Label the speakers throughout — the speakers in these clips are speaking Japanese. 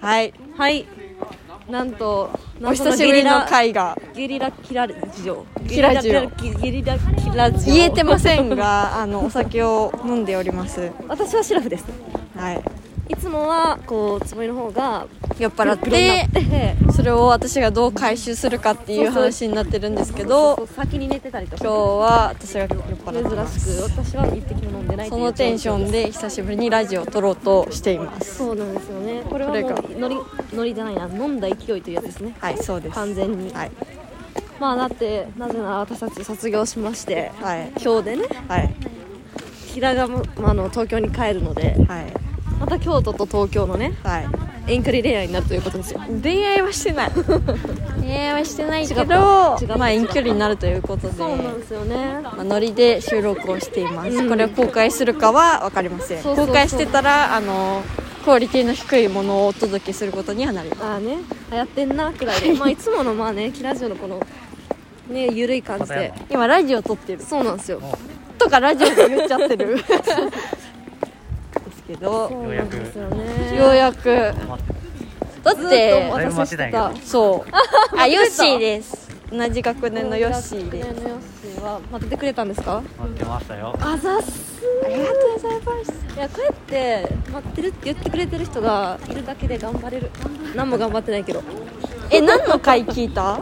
Speaker 1: はい
Speaker 2: はいなんと
Speaker 1: お久しぶりの回が
Speaker 2: ゲリラキララジオ
Speaker 1: キラジオ
Speaker 2: ゲリラキラジオ
Speaker 1: 言えてませんが あのお酒を飲んでおります
Speaker 2: 私はシラフです
Speaker 1: はい
Speaker 2: いつもはこうつぼみの方が
Speaker 1: 酔っ払っ
Speaker 2: グログロにな
Speaker 1: て
Speaker 2: って
Speaker 1: それを私がどう回収するかっていう話になってるんですけど
Speaker 2: そう先に寝てたりと
Speaker 1: 今日
Speaker 2: か
Speaker 1: は私が酔っ払ってま
Speaker 2: 珍しく
Speaker 1: す
Speaker 2: 私は一滴も飲んでないと
Speaker 1: そ
Speaker 2: いう
Speaker 1: のテンショ
Speaker 2: 状況
Speaker 1: ンで久しぶりにラジオを撮ろうとしています
Speaker 2: そうなんですよねこれは
Speaker 1: これが
Speaker 2: もうノリノリじゃないな飲んだ勢いというやつですね
Speaker 1: はいそうです
Speaker 2: 完全に
Speaker 1: はい
Speaker 2: まあだってなぜなら私たち卒業しまして
Speaker 1: はい
Speaker 2: 今日でね
Speaker 1: はい
Speaker 2: 平賀もあの東京に帰るので
Speaker 1: はい
Speaker 2: また京都と東京のね
Speaker 1: はい
Speaker 2: 遠距離恋愛になるということですよ
Speaker 1: 恋愛はしてない 恋愛はしてないけど
Speaker 2: 違った違った
Speaker 1: まあ遠距離になるということで
Speaker 2: そうなんですよね
Speaker 1: まあ、ノリで収録をしています、
Speaker 2: うん
Speaker 1: これを公開するかは分かりません
Speaker 2: そうそうそう
Speaker 1: 公開してたらあのクオリティの低いものをお届けすることにはなります
Speaker 2: ああね流行ってんなくらいでまあいつものまあねキラジオのこのねゆるい感じで
Speaker 1: 今ラジオ撮ってる
Speaker 2: そうなんですよ
Speaker 1: とかラジオで言っちゃって るですけど
Speaker 2: そうなんですよね
Speaker 1: ようやくだって
Speaker 3: だいぶ待ってたんや
Speaker 1: そうあヨッシーです同じ学年のヨッシー
Speaker 2: で
Speaker 1: ですす
Speaker 2: ヨッシーは待っててくれたんですか
Speaker 3: けど待ってましたよ
Speaker 2: あざっす
Speaker 1: ありがとうございます
Speaker 2: いやこうやって待ってるって言ってくれてる人がいるだけで頑張れる何も頑張ってないけど
Speaker 1: え何の回聞いた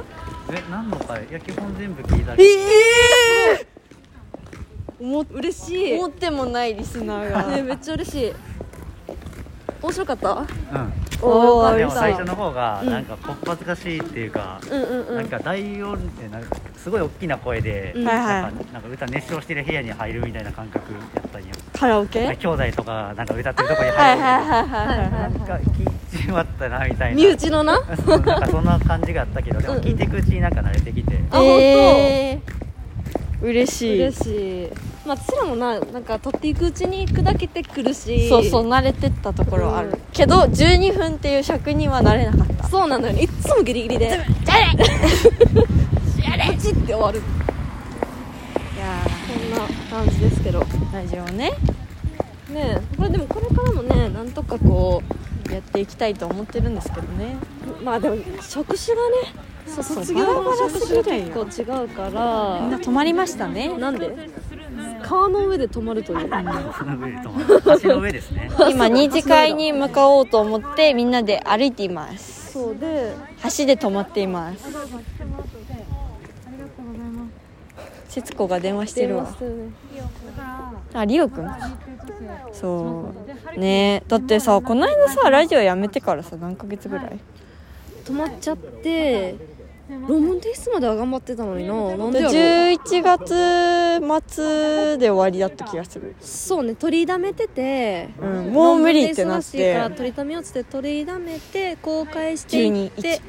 Speaker 3: え何の回いや基本全部聞いた
Speaker 1: え
Speaker 3: り
Speaker 1: え思っ
Speaker 2: 嬉しい、
Speaker 1: 思ってもないリスナーが
Speaker 2: ね、めっちゃ嬉しい面白かった
Speaker 3: う
Speaker 1: おー
Speaker 3: んで
Speaker 1: よ
Speaker 3: も
Speaker 1: し
Speaker 3: 最初の方がなんかこっぱずかしいっていうか、
Speaker 2: うんうんう
Speaker 3: なんんか大音ってなんかすごい大きな声で、
Speaker 1: うんは
Speaker 3: ないんかなんか歌熱唱してる部屋に入るみたいな感覚やったんよ
Speaker 1: カラオケ、
Speaker 3: 兄弟とかなんか歌ってるとこに
Speaker 1: はい
Speaker 3: 入
Speaker 1: はい
Speaker 3: る
Speaker 1: はい
Speaker 2: は
Speaker 1: は
Speaker 2: い
Speaker 3: なんか聞いちまったなみたいな
Speaker 2: 身内のな
Speaker 3: そうなんかそんな感じがあったけどでも
Speaker 2: うんうん
Speaker 3: 聞いていくうちになんか慣れてき て、
Speaker 2: あ
Speaker 1: い。えー、嬉しい。
Speaker 2: 嬉しいまあ私らもななんか取っていくうちに砕けてくるし
Speaker 1: そうそう慣れてったところはある、
Speaker 2: うん
Speaker 1: けど12分っていう尺には慣れなかった。
Speaker 2: そうなのよねいっつもギリギリで
Speaker 1: じゃあね。
Speaker 2: パチって終わる
Speaker 1: いや
Speaker 2: こんな感じですけど
Speaker 1: ーラジオね
Speaker 2: ねえこれでもこれからもねなんとかこ
Speaker 1: やっていきたいと思ってるんですけどね。
Speaker 2: うまあでも職種がねそう
Speaker 1: そう
Speaker 2: 卒業の職種
Speaker 1: バラ
Speaker 2: 結
Speaker 1: バラ
Speaker 2: 構違うか
Speaker 1: みんな
Speaker 2: ら
Speaker 1: 止まりましたね。
Speaker 2: なんで川の上で泊まるという
Speaker 3: その上でと橋の上ですね
Speaker 1: 今二次会に向かおうと思ってみんなで歩いています。
Speaker 2: そうで
Speaker 1: 橋で止まっています。節子が電話して
Speaker 2: 電
Speaker 1: る
Speaker 2: 話
Speaker 1: わ
Speaker 2: し。てるね
Speaker 1: あリオくんそうねだってさこの間さラジオやめてからさ何ヶ月ぐらい
Speaker 2: 泊まっちゃって論文提出までは頑張ってたのにななんでやろう
Speaker 1: 11月末で終わりだった気がする、
Speaker 2: そうね取りだめてて
Speaker 1: うん、もう無理ってなっ
Speaker 2: 論文で忙しいから
Speaker 1: て
Speaker 2: 取りためようっつって取りだめて公開していって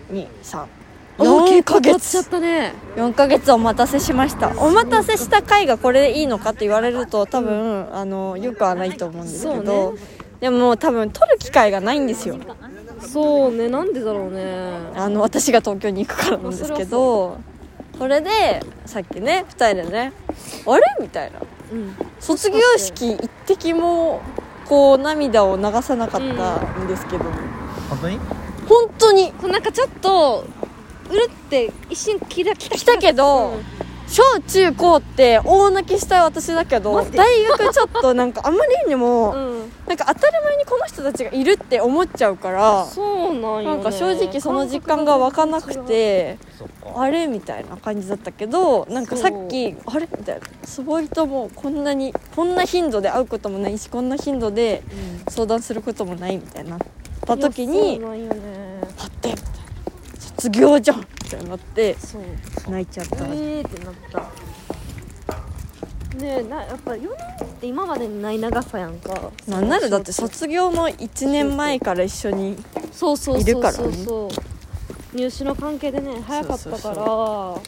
Speaker 2: お
Speaker 1: 121234ヶ
Speaker 2: 経っちゃっ
Speaker 1: 月
Speaker 2: たね
Speaker 1: 4ヶ月お待たせしましたお待たせした回がこれでいいのかって言われると多分あのよくはないと思うんですけ
Speaker 2: そ
Speaker 1: ど、
Speaker 2: うね
Speaker 1: でももう多分撮る機会がないんですよ
Speaker 2: そうねなんでだろうね
Speaker 1: あの私が東京に行くからなんですけどそれでさっきね2人でね「あれ?」みたいな
Speaker 2: うん
Speaker 1: 卒業式一滴もこう涙を流さなかったんですけど、
Speaker 3: 本当に
Speaker 1: 本当に
Speaker 2: そうなんかちょっとうるって一瞬キラキラ
Speaker 1: 来たけど、
Speaker 2: うん
Speaker 1: 小中高って大泣きしたい私だけど
Speaker 2: 待って
Speaker 1: 大学ちょっとなんかあんまりにも、
Speaker 2: うん
Speaker 1: なんか当たり前にこの人たちがいるって思っちゃうから
Speaker 2: そうなんよ、ね、
Speaker 1: なんか正直その実感が湧かなくて。
Speaker 3: そっか
Speaker 1: あれみたいな感じだったけどなんかさっきあれみたいなつぼりともこんなにこんな頻度で会うこともないしこんな頻度で相談することもないみたいなった時に
Speaker 2: いやそうなんよね
Speaker 1: 「あって」みたいな「卒業じゃん」みたいになって
Speaker 2: そう
Speaker 1: 泣いちゃった、
Speaker 2: えーってなったねえなやっぱ4年って今までにない長さやんか
Speaker 1: なんならだって卒業の1年前から一緒に
Speaker 2: そうそう
Speaker 1: い
Speaker 2: そ
Speaker 1: る
Speaker 2: う
Speaker 1: から
Speaker 2: そ
Speaker 1: ね
Speaker 2: うそう入試の関係でね早かったから
Speaker 1: そうそうそう
Speaker 2: ほ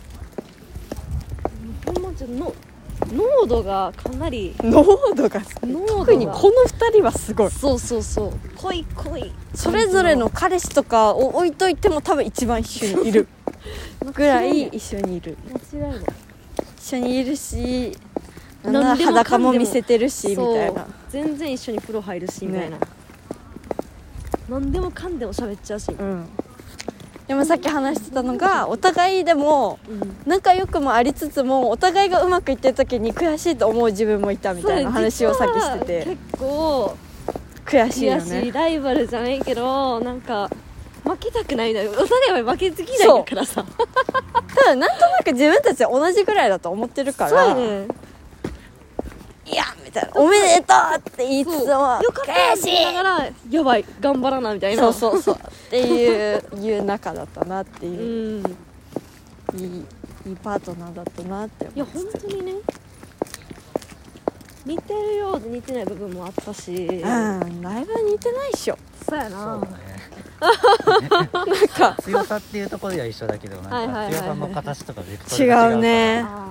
Speaker 2: んまちょっとの濃度がかなり
Speaker 1: 濃度が
Speaker 2: 濃度が
Speaker 1: 特にこの2人はすごい
Speaker 2: そうそうそう濃い濃い
Speaker 1: それぞれの彼氏とかを置いといても多分一番一緒にいるぐらい一緒にいる
Speaker 2: 間違いない
Speaker 1: 一緒にいるしなんなら
Speaker 2: 何でもか
Speaker 1: 裸
Speaker 2: んでも
Speaker 1: も見せてるしみたい
Speaker 2: そ
Speaker 1: な
Speaker 2: う全然一緒に風呂入るしみたいな、何でもかんでも喋っちゃうし、
Speaker 1: うんでもさっき話してたのがお互いでも仲良くもありつつもお互いがうまくいってる時に悔しいと思う自分もいたみたいな話をさっきして
Speaker 2: そう
Speaker 1: て
Speaker 2: 実は結構
Speaker 1: 悔しいよ
Speaker 2: 悔しい
Speaker 1: ね
Speaker 2: ライバルじゃないけどなんか負けたくないなお互い負けず嫌いだからさ
Speaker 1: ただ なんとなく自分たちは同じぐらいだと思ってるから
Speaker 2: そうね
Speaker 1: いやみたいなおめでとうって言いつつ
Speaker 2: よ
Speaker 1: も
Speaker 2: かった
Speaker 1: 悔
Speaker 2: って
Speaker 1: し
Speaker 2: 言い
Speaker 1: い
Speaker 2: ながらやばい頑張らなみたいな
Speaker 1: そうそうそうっていういう仲だったなっていう、
Speaker 2: うん
Speaker 1: いいいいパートナーだったなって
Speaker 2: いや
Speaker 1: 思
Speaker 2: 本当にね似てるようで似てない部分もあったし、
Speaker 1: ううんライブは似てないっしょ
Speaker 2: そうや
Speaker 4: そ
Speaker 2: な
Speaker 4: うだね
Speaker 1: なんか
Speaker 4: 強さっていうところでは一緒だけど
Speaker 2: は
Speaker 4: ない
Speaker 2: はいは
Speaker 4: ん
Speaker 2: いは
Speaker 4: か
Speaker 2: い
Speaker 4: 強さの形とかベクト
Speaker 1: 違
Speaker 4: ルが違うから
Speaker 1: うね
Speaker 2: あ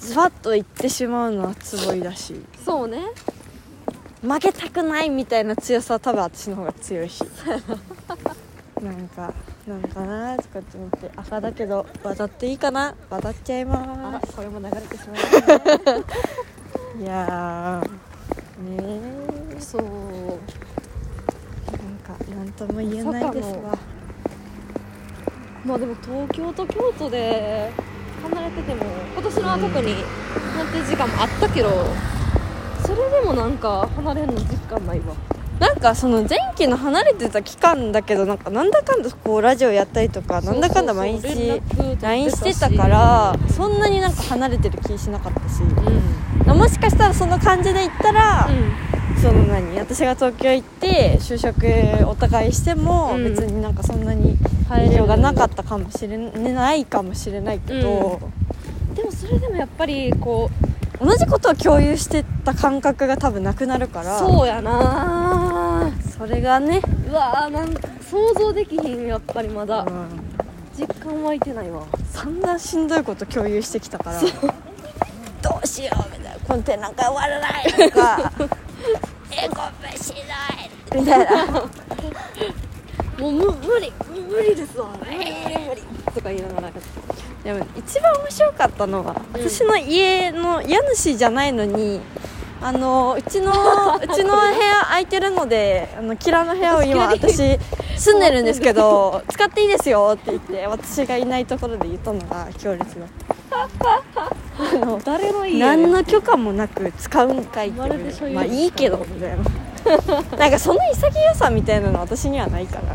Speaker 1: ズバッと言ってしまうのはつぼいだし
Speaker 2: ーそうね
Speaker 1: 負けたくないみたいな強さは多分私の方が強 いしなんかなんかなーとかって思って赤だけど渡っていいかな渡っちゃい
Speaker 2: あ
Speaker 1: ま
Speaker 2: ら
Speaker 1: ー
Speaker 2: これも流れてしまいましたね
Speaker 1: すいやーねー
Speaker 2: そう
Speaker 1: なんか何とも言えないです
Speaker 2: ま
Speaker 1: わ
Speaker 2: さまあでも東京と京都で離れてても今年のは特に判定時間もあったけどそれでもなんか離れるの実感ないわ
Speaker 1: なんかその前期の離れてた期間だけどなんかなんだかんだこうラジオやったりとかなんだかんだ毎
Speaker 2: そうそうそう連
Speaker 1: 日
Speaker 2: 絡取って
Speaker 1: LINE してたからそんなになんか離れてる気しなかったしもしかしたらその感じで言ったら、
Speaker 2: うん、うん
Speaker 1: その何私が東京行って就職お互いしても
Speaker 2: うん
Speaker 1: 別になんかそんなに影響がなかったかもしれないかもしれないけど、
Speaker 2: でもそれでもやっぱりこう
Speaker 1: 同じことを共有してた感覚が多分なくなるから
Speaker 2: そうやな
Speaker 1: それがね、
Speaker 2: うわーなん想像できひんやっぱりま
Speaker 1: う
Speaker 2: だ
Speaker 1: ん、
Speaker 2: 実感湧いてないわ
Speaker 1: 散々しんどいこと共有してきたからどうしようみたいなこの展覧会終わらないと かえこぶしないみたいな
Speaker 2: もう無無理無理ですわ無理無理無理とか言いながら
Speaker 1: でも一番面白かったのは、
Speaker 2: うん
Speaker 1: 私の家の家主じゃないのにあのうち のうちの部屋空いてるのであのキラの部屋を今私住んでるんですけど使っていいですよって言って私がいないところで言ったのが強烈だった。あの
Speaker 2: 誰の家
Speaker 1: 何の許可もなく使うんかいって
Speaker 2: まるで所
Speaker 1: いう
Speaker 2: 有
Speaker 1: まあいいけどみたいななんかその潔さみたいなの私にはないから
Speaker 2: で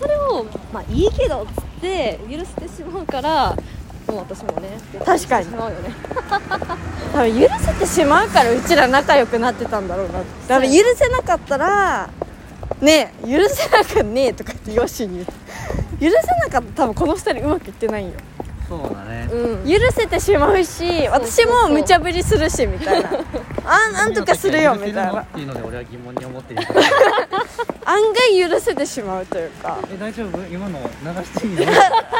Speaker 2: それをまあいいけどっつって許してしまうからもう私もね
Speaker 1: 確かに
Speaker 2: 許してしまうよね
Speaker 1: 多分許せてしまうからうちら仲良くなってたんだろうなって多分許せなかったら「ねえ許せなくねえ」とかってよしに言って許せなかったら多分この二人うまくいってないよ
Speaker 3: そうだね
Speaker 2: うん
Speaker 1: 許せてしまうし私も無茶ぶりするしみたいな あなんとかするよみたい
Speaker 3: 許せるの
Speaker 1: な
Speaker 3: っていうので俺は疑問に思っているから
Speaker 1: 案外許せてしまうというか
Speaker 4: え大丈夫今の流していいの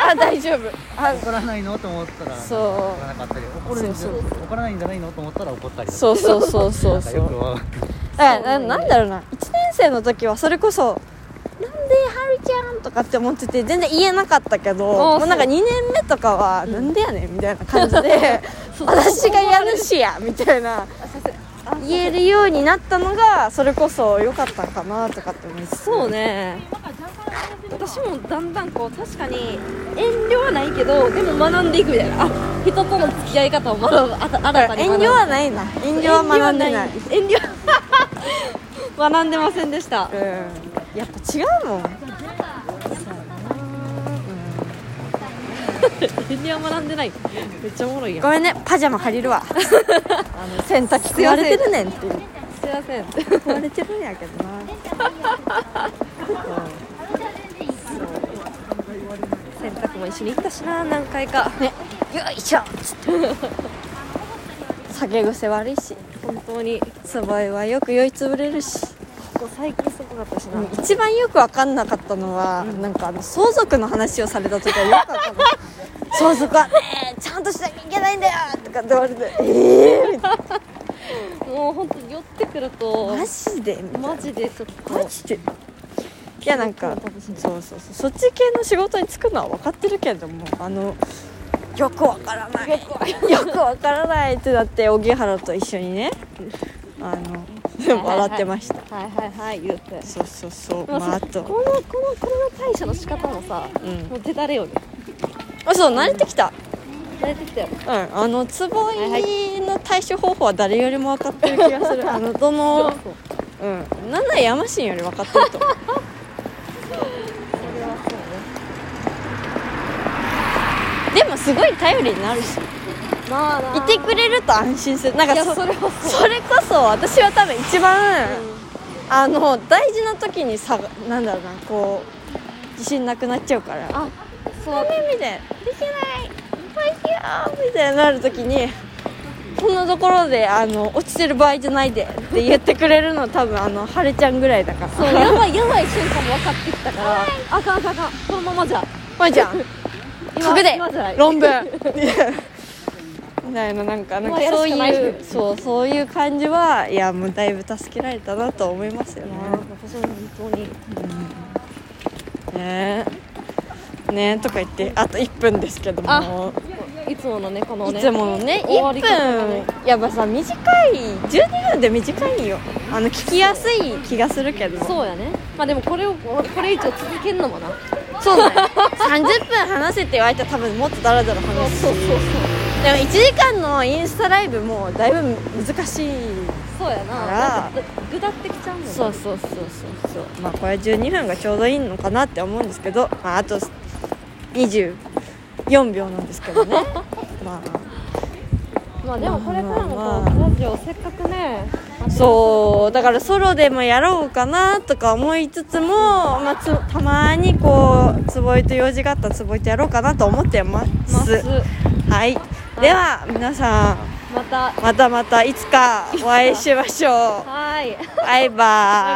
Speaker 1: あ大丈夫あ
Speaker 4: 怒らないのと思ったら
Speaker 1: そう
Speaker 4: 怒らなかったり怒るんじゃ
Speaker 1: そう
Speaker 4: 怒らないんじゃないのと思ったら怒ったり
Speaker 1: そうそうそうそう
Speaker 4: なん
Speaker 1: そ
Speaker 4: かよ
Speaker 1: う
Speaker 4: くわかん
Speaker 1: だからななんだろうな1年生の時はそれこそ「なんではるちゃん」とかって思ってて全然言えなかったけど
Speaker 2: あ
Speaker 1: も
Speaker 2: ー
Speaker 1: うなんか2
Speaker 2: そう
Speaker 1: 年目とかは「なんでやねん」みたいな感じ で
Speaker 2: そう
Speaker 1: 私が家主やみたいな
Speaker 2: あすいませんあ
Speaker 1: 言えるようになったのがそれこそ良かったんかなとかって思って
Speaker 2: そうね私もだんだんこう確かに遠慮はないけどでも学んでいくみたいなあ人との付き合い方を学ぶあた新たに
Speaker 1: 遠
Speaker 2: 学ぶ
Speaker 1: 慮はないな遠慮は学んでない
Speaker 2: 遠慮は 学んでませんでした
Speaker 1: うんやっぱ違うもん
Speaker 2: 遠慮は学んでないめっちゃおもろいやん
Speaker 1: ごめんねパジャマ借りる わあの洗濯機壊れてるねんっていう
Speaker 2: すいません
Speaker 1: 壊れてるんやけどな
Speaker 2: 洗濯も一緒に行ったしな何回か
Speaker 1: よいしょっつって酒癖悪いし
Speaker 2: 本当に
Speaker 1: つぼいはよく酔いつぶれるし
Speaker 2: ここ最近すごかったしな、
Speaker 1: 一番よく分かんなかったのは、なんかあの相続の話をされた時はよく分かんない相続はねちゃんとしなきゃいけないんだよとかって言われてええー、みたい
Speaker 2: もう本当に寄ってくると
Speaker 1: なマジでみたいな
Speaker 2: マジでちょっと
Speaker 1: マジでいやなんかそうそうそうそっち系の仕事に就くのは分かってるけれどもあのよくわからないよくわからないってなって荻原と一緒にねあの 笑ってました
Speaker 2: はいはいはい言うて
Speaker 1: そうそうそう
Speaker 2: でも
Speaker 1: ま
Speaker 2: さ
Speaker 1: ああ
Speaker 2: ことのこのこの対処の仕方もさ
Speaker 1: うん
Speaker 2: もう出たれよね
Speaker 1: あそう慣れてきた
Speaker 2: 慣れてきたよ
Speaker 1: うんあのつぼいの対処方法は誰よりも分かってる気がするあのどの
Speaker 2: そ
Speaker 1: う
Speaker 2: う
Speaker 1: んなんなら山新より分かってると思う
Speaker 2: それはそうね
Speaker 1: でもすごい頼りになるし
Speaker 2: まあない
Speaker 1: てくれると安心するなんか
Speaker 2: いや
Speaker 1: そ
Speaker 2: それはそう
Speaker 1: それこそ私は多分一番、あの大事な時にさなんだろうなこう自信なくなっちゃうから
Speaker 2: あそう
Speaker 1: ダメみたいなできないバイヤーみたいになる時にこんなところであの落ちてる場合じゃないでって言ってくれるの多分あの晴れちゃんぐらいだから
Speaker 2: そうやばいやばい瞬間も分かってきたからあかんあかんあかんこのままじゃ
Speaker 1: まあじゃん
Speaker 2: 今
Speaker 1: 格で
Speaker 2: 今じゃない
Speaker 1: 論文みたいななんかなん
Speaker 2: も
Speaker 1: か
Speaker 2: うやる
Speaker 1: そう
Speaker 2: しかない
Speaker 1: いうそうそういう感じはいやもうだいぶ助けられたなと思いますよね
Speaker 2: 私も本当に
Speaker 1: ねえねえとか言ってあと1分ですけども
Speaker 2: あいつものねこの
Speaker 1: い
Speaker 2: ね
Speaker 1: つものね
Speaker 2: 終わり
Speaker 1: 1
Speaker 2: 方がね
Speaker 1: 分やっぱさ短い12分で短いよあの聞きやすい気がするけど
Speaker 2: そうやねまあでもこれをこれ以上続けんのもな
Speaker 1: そうだよ30分話せって言われたら多分もっとダラダラ話すし
Speaker 2: そうそうそう
Speaker 1: でも1時間のインスタライブもだいぶ難しい
Speaker 2: そうやな
Speaker 1: あら
Speaker 2: だって下ってきちゃうもんね
Speaker 1: そうそうそうそうまあこれ12分がちょうどいいのかなって思うんですけど、まあ、あと24秒なんですけど ねまあ
Speaker 2: まあでもこれからも
Speaker 1: まあ
Speaker 2: こ
Speaker 1: ま
Speaker 2: うラジオせっかくね
Speaker 1: そうだからソロでもやろうかなとか思いつつも、まあ、つたまにこう坪井と用事があったら坪井とやろうかなと思ってま
Speaker 2: ます
Speaker 1: すはいでは皆さ
Speaker 2: また
Speaker 1: んまたまたいつかお会いしましょう
Speaker 2: はい
Speaker 1: バイバーイ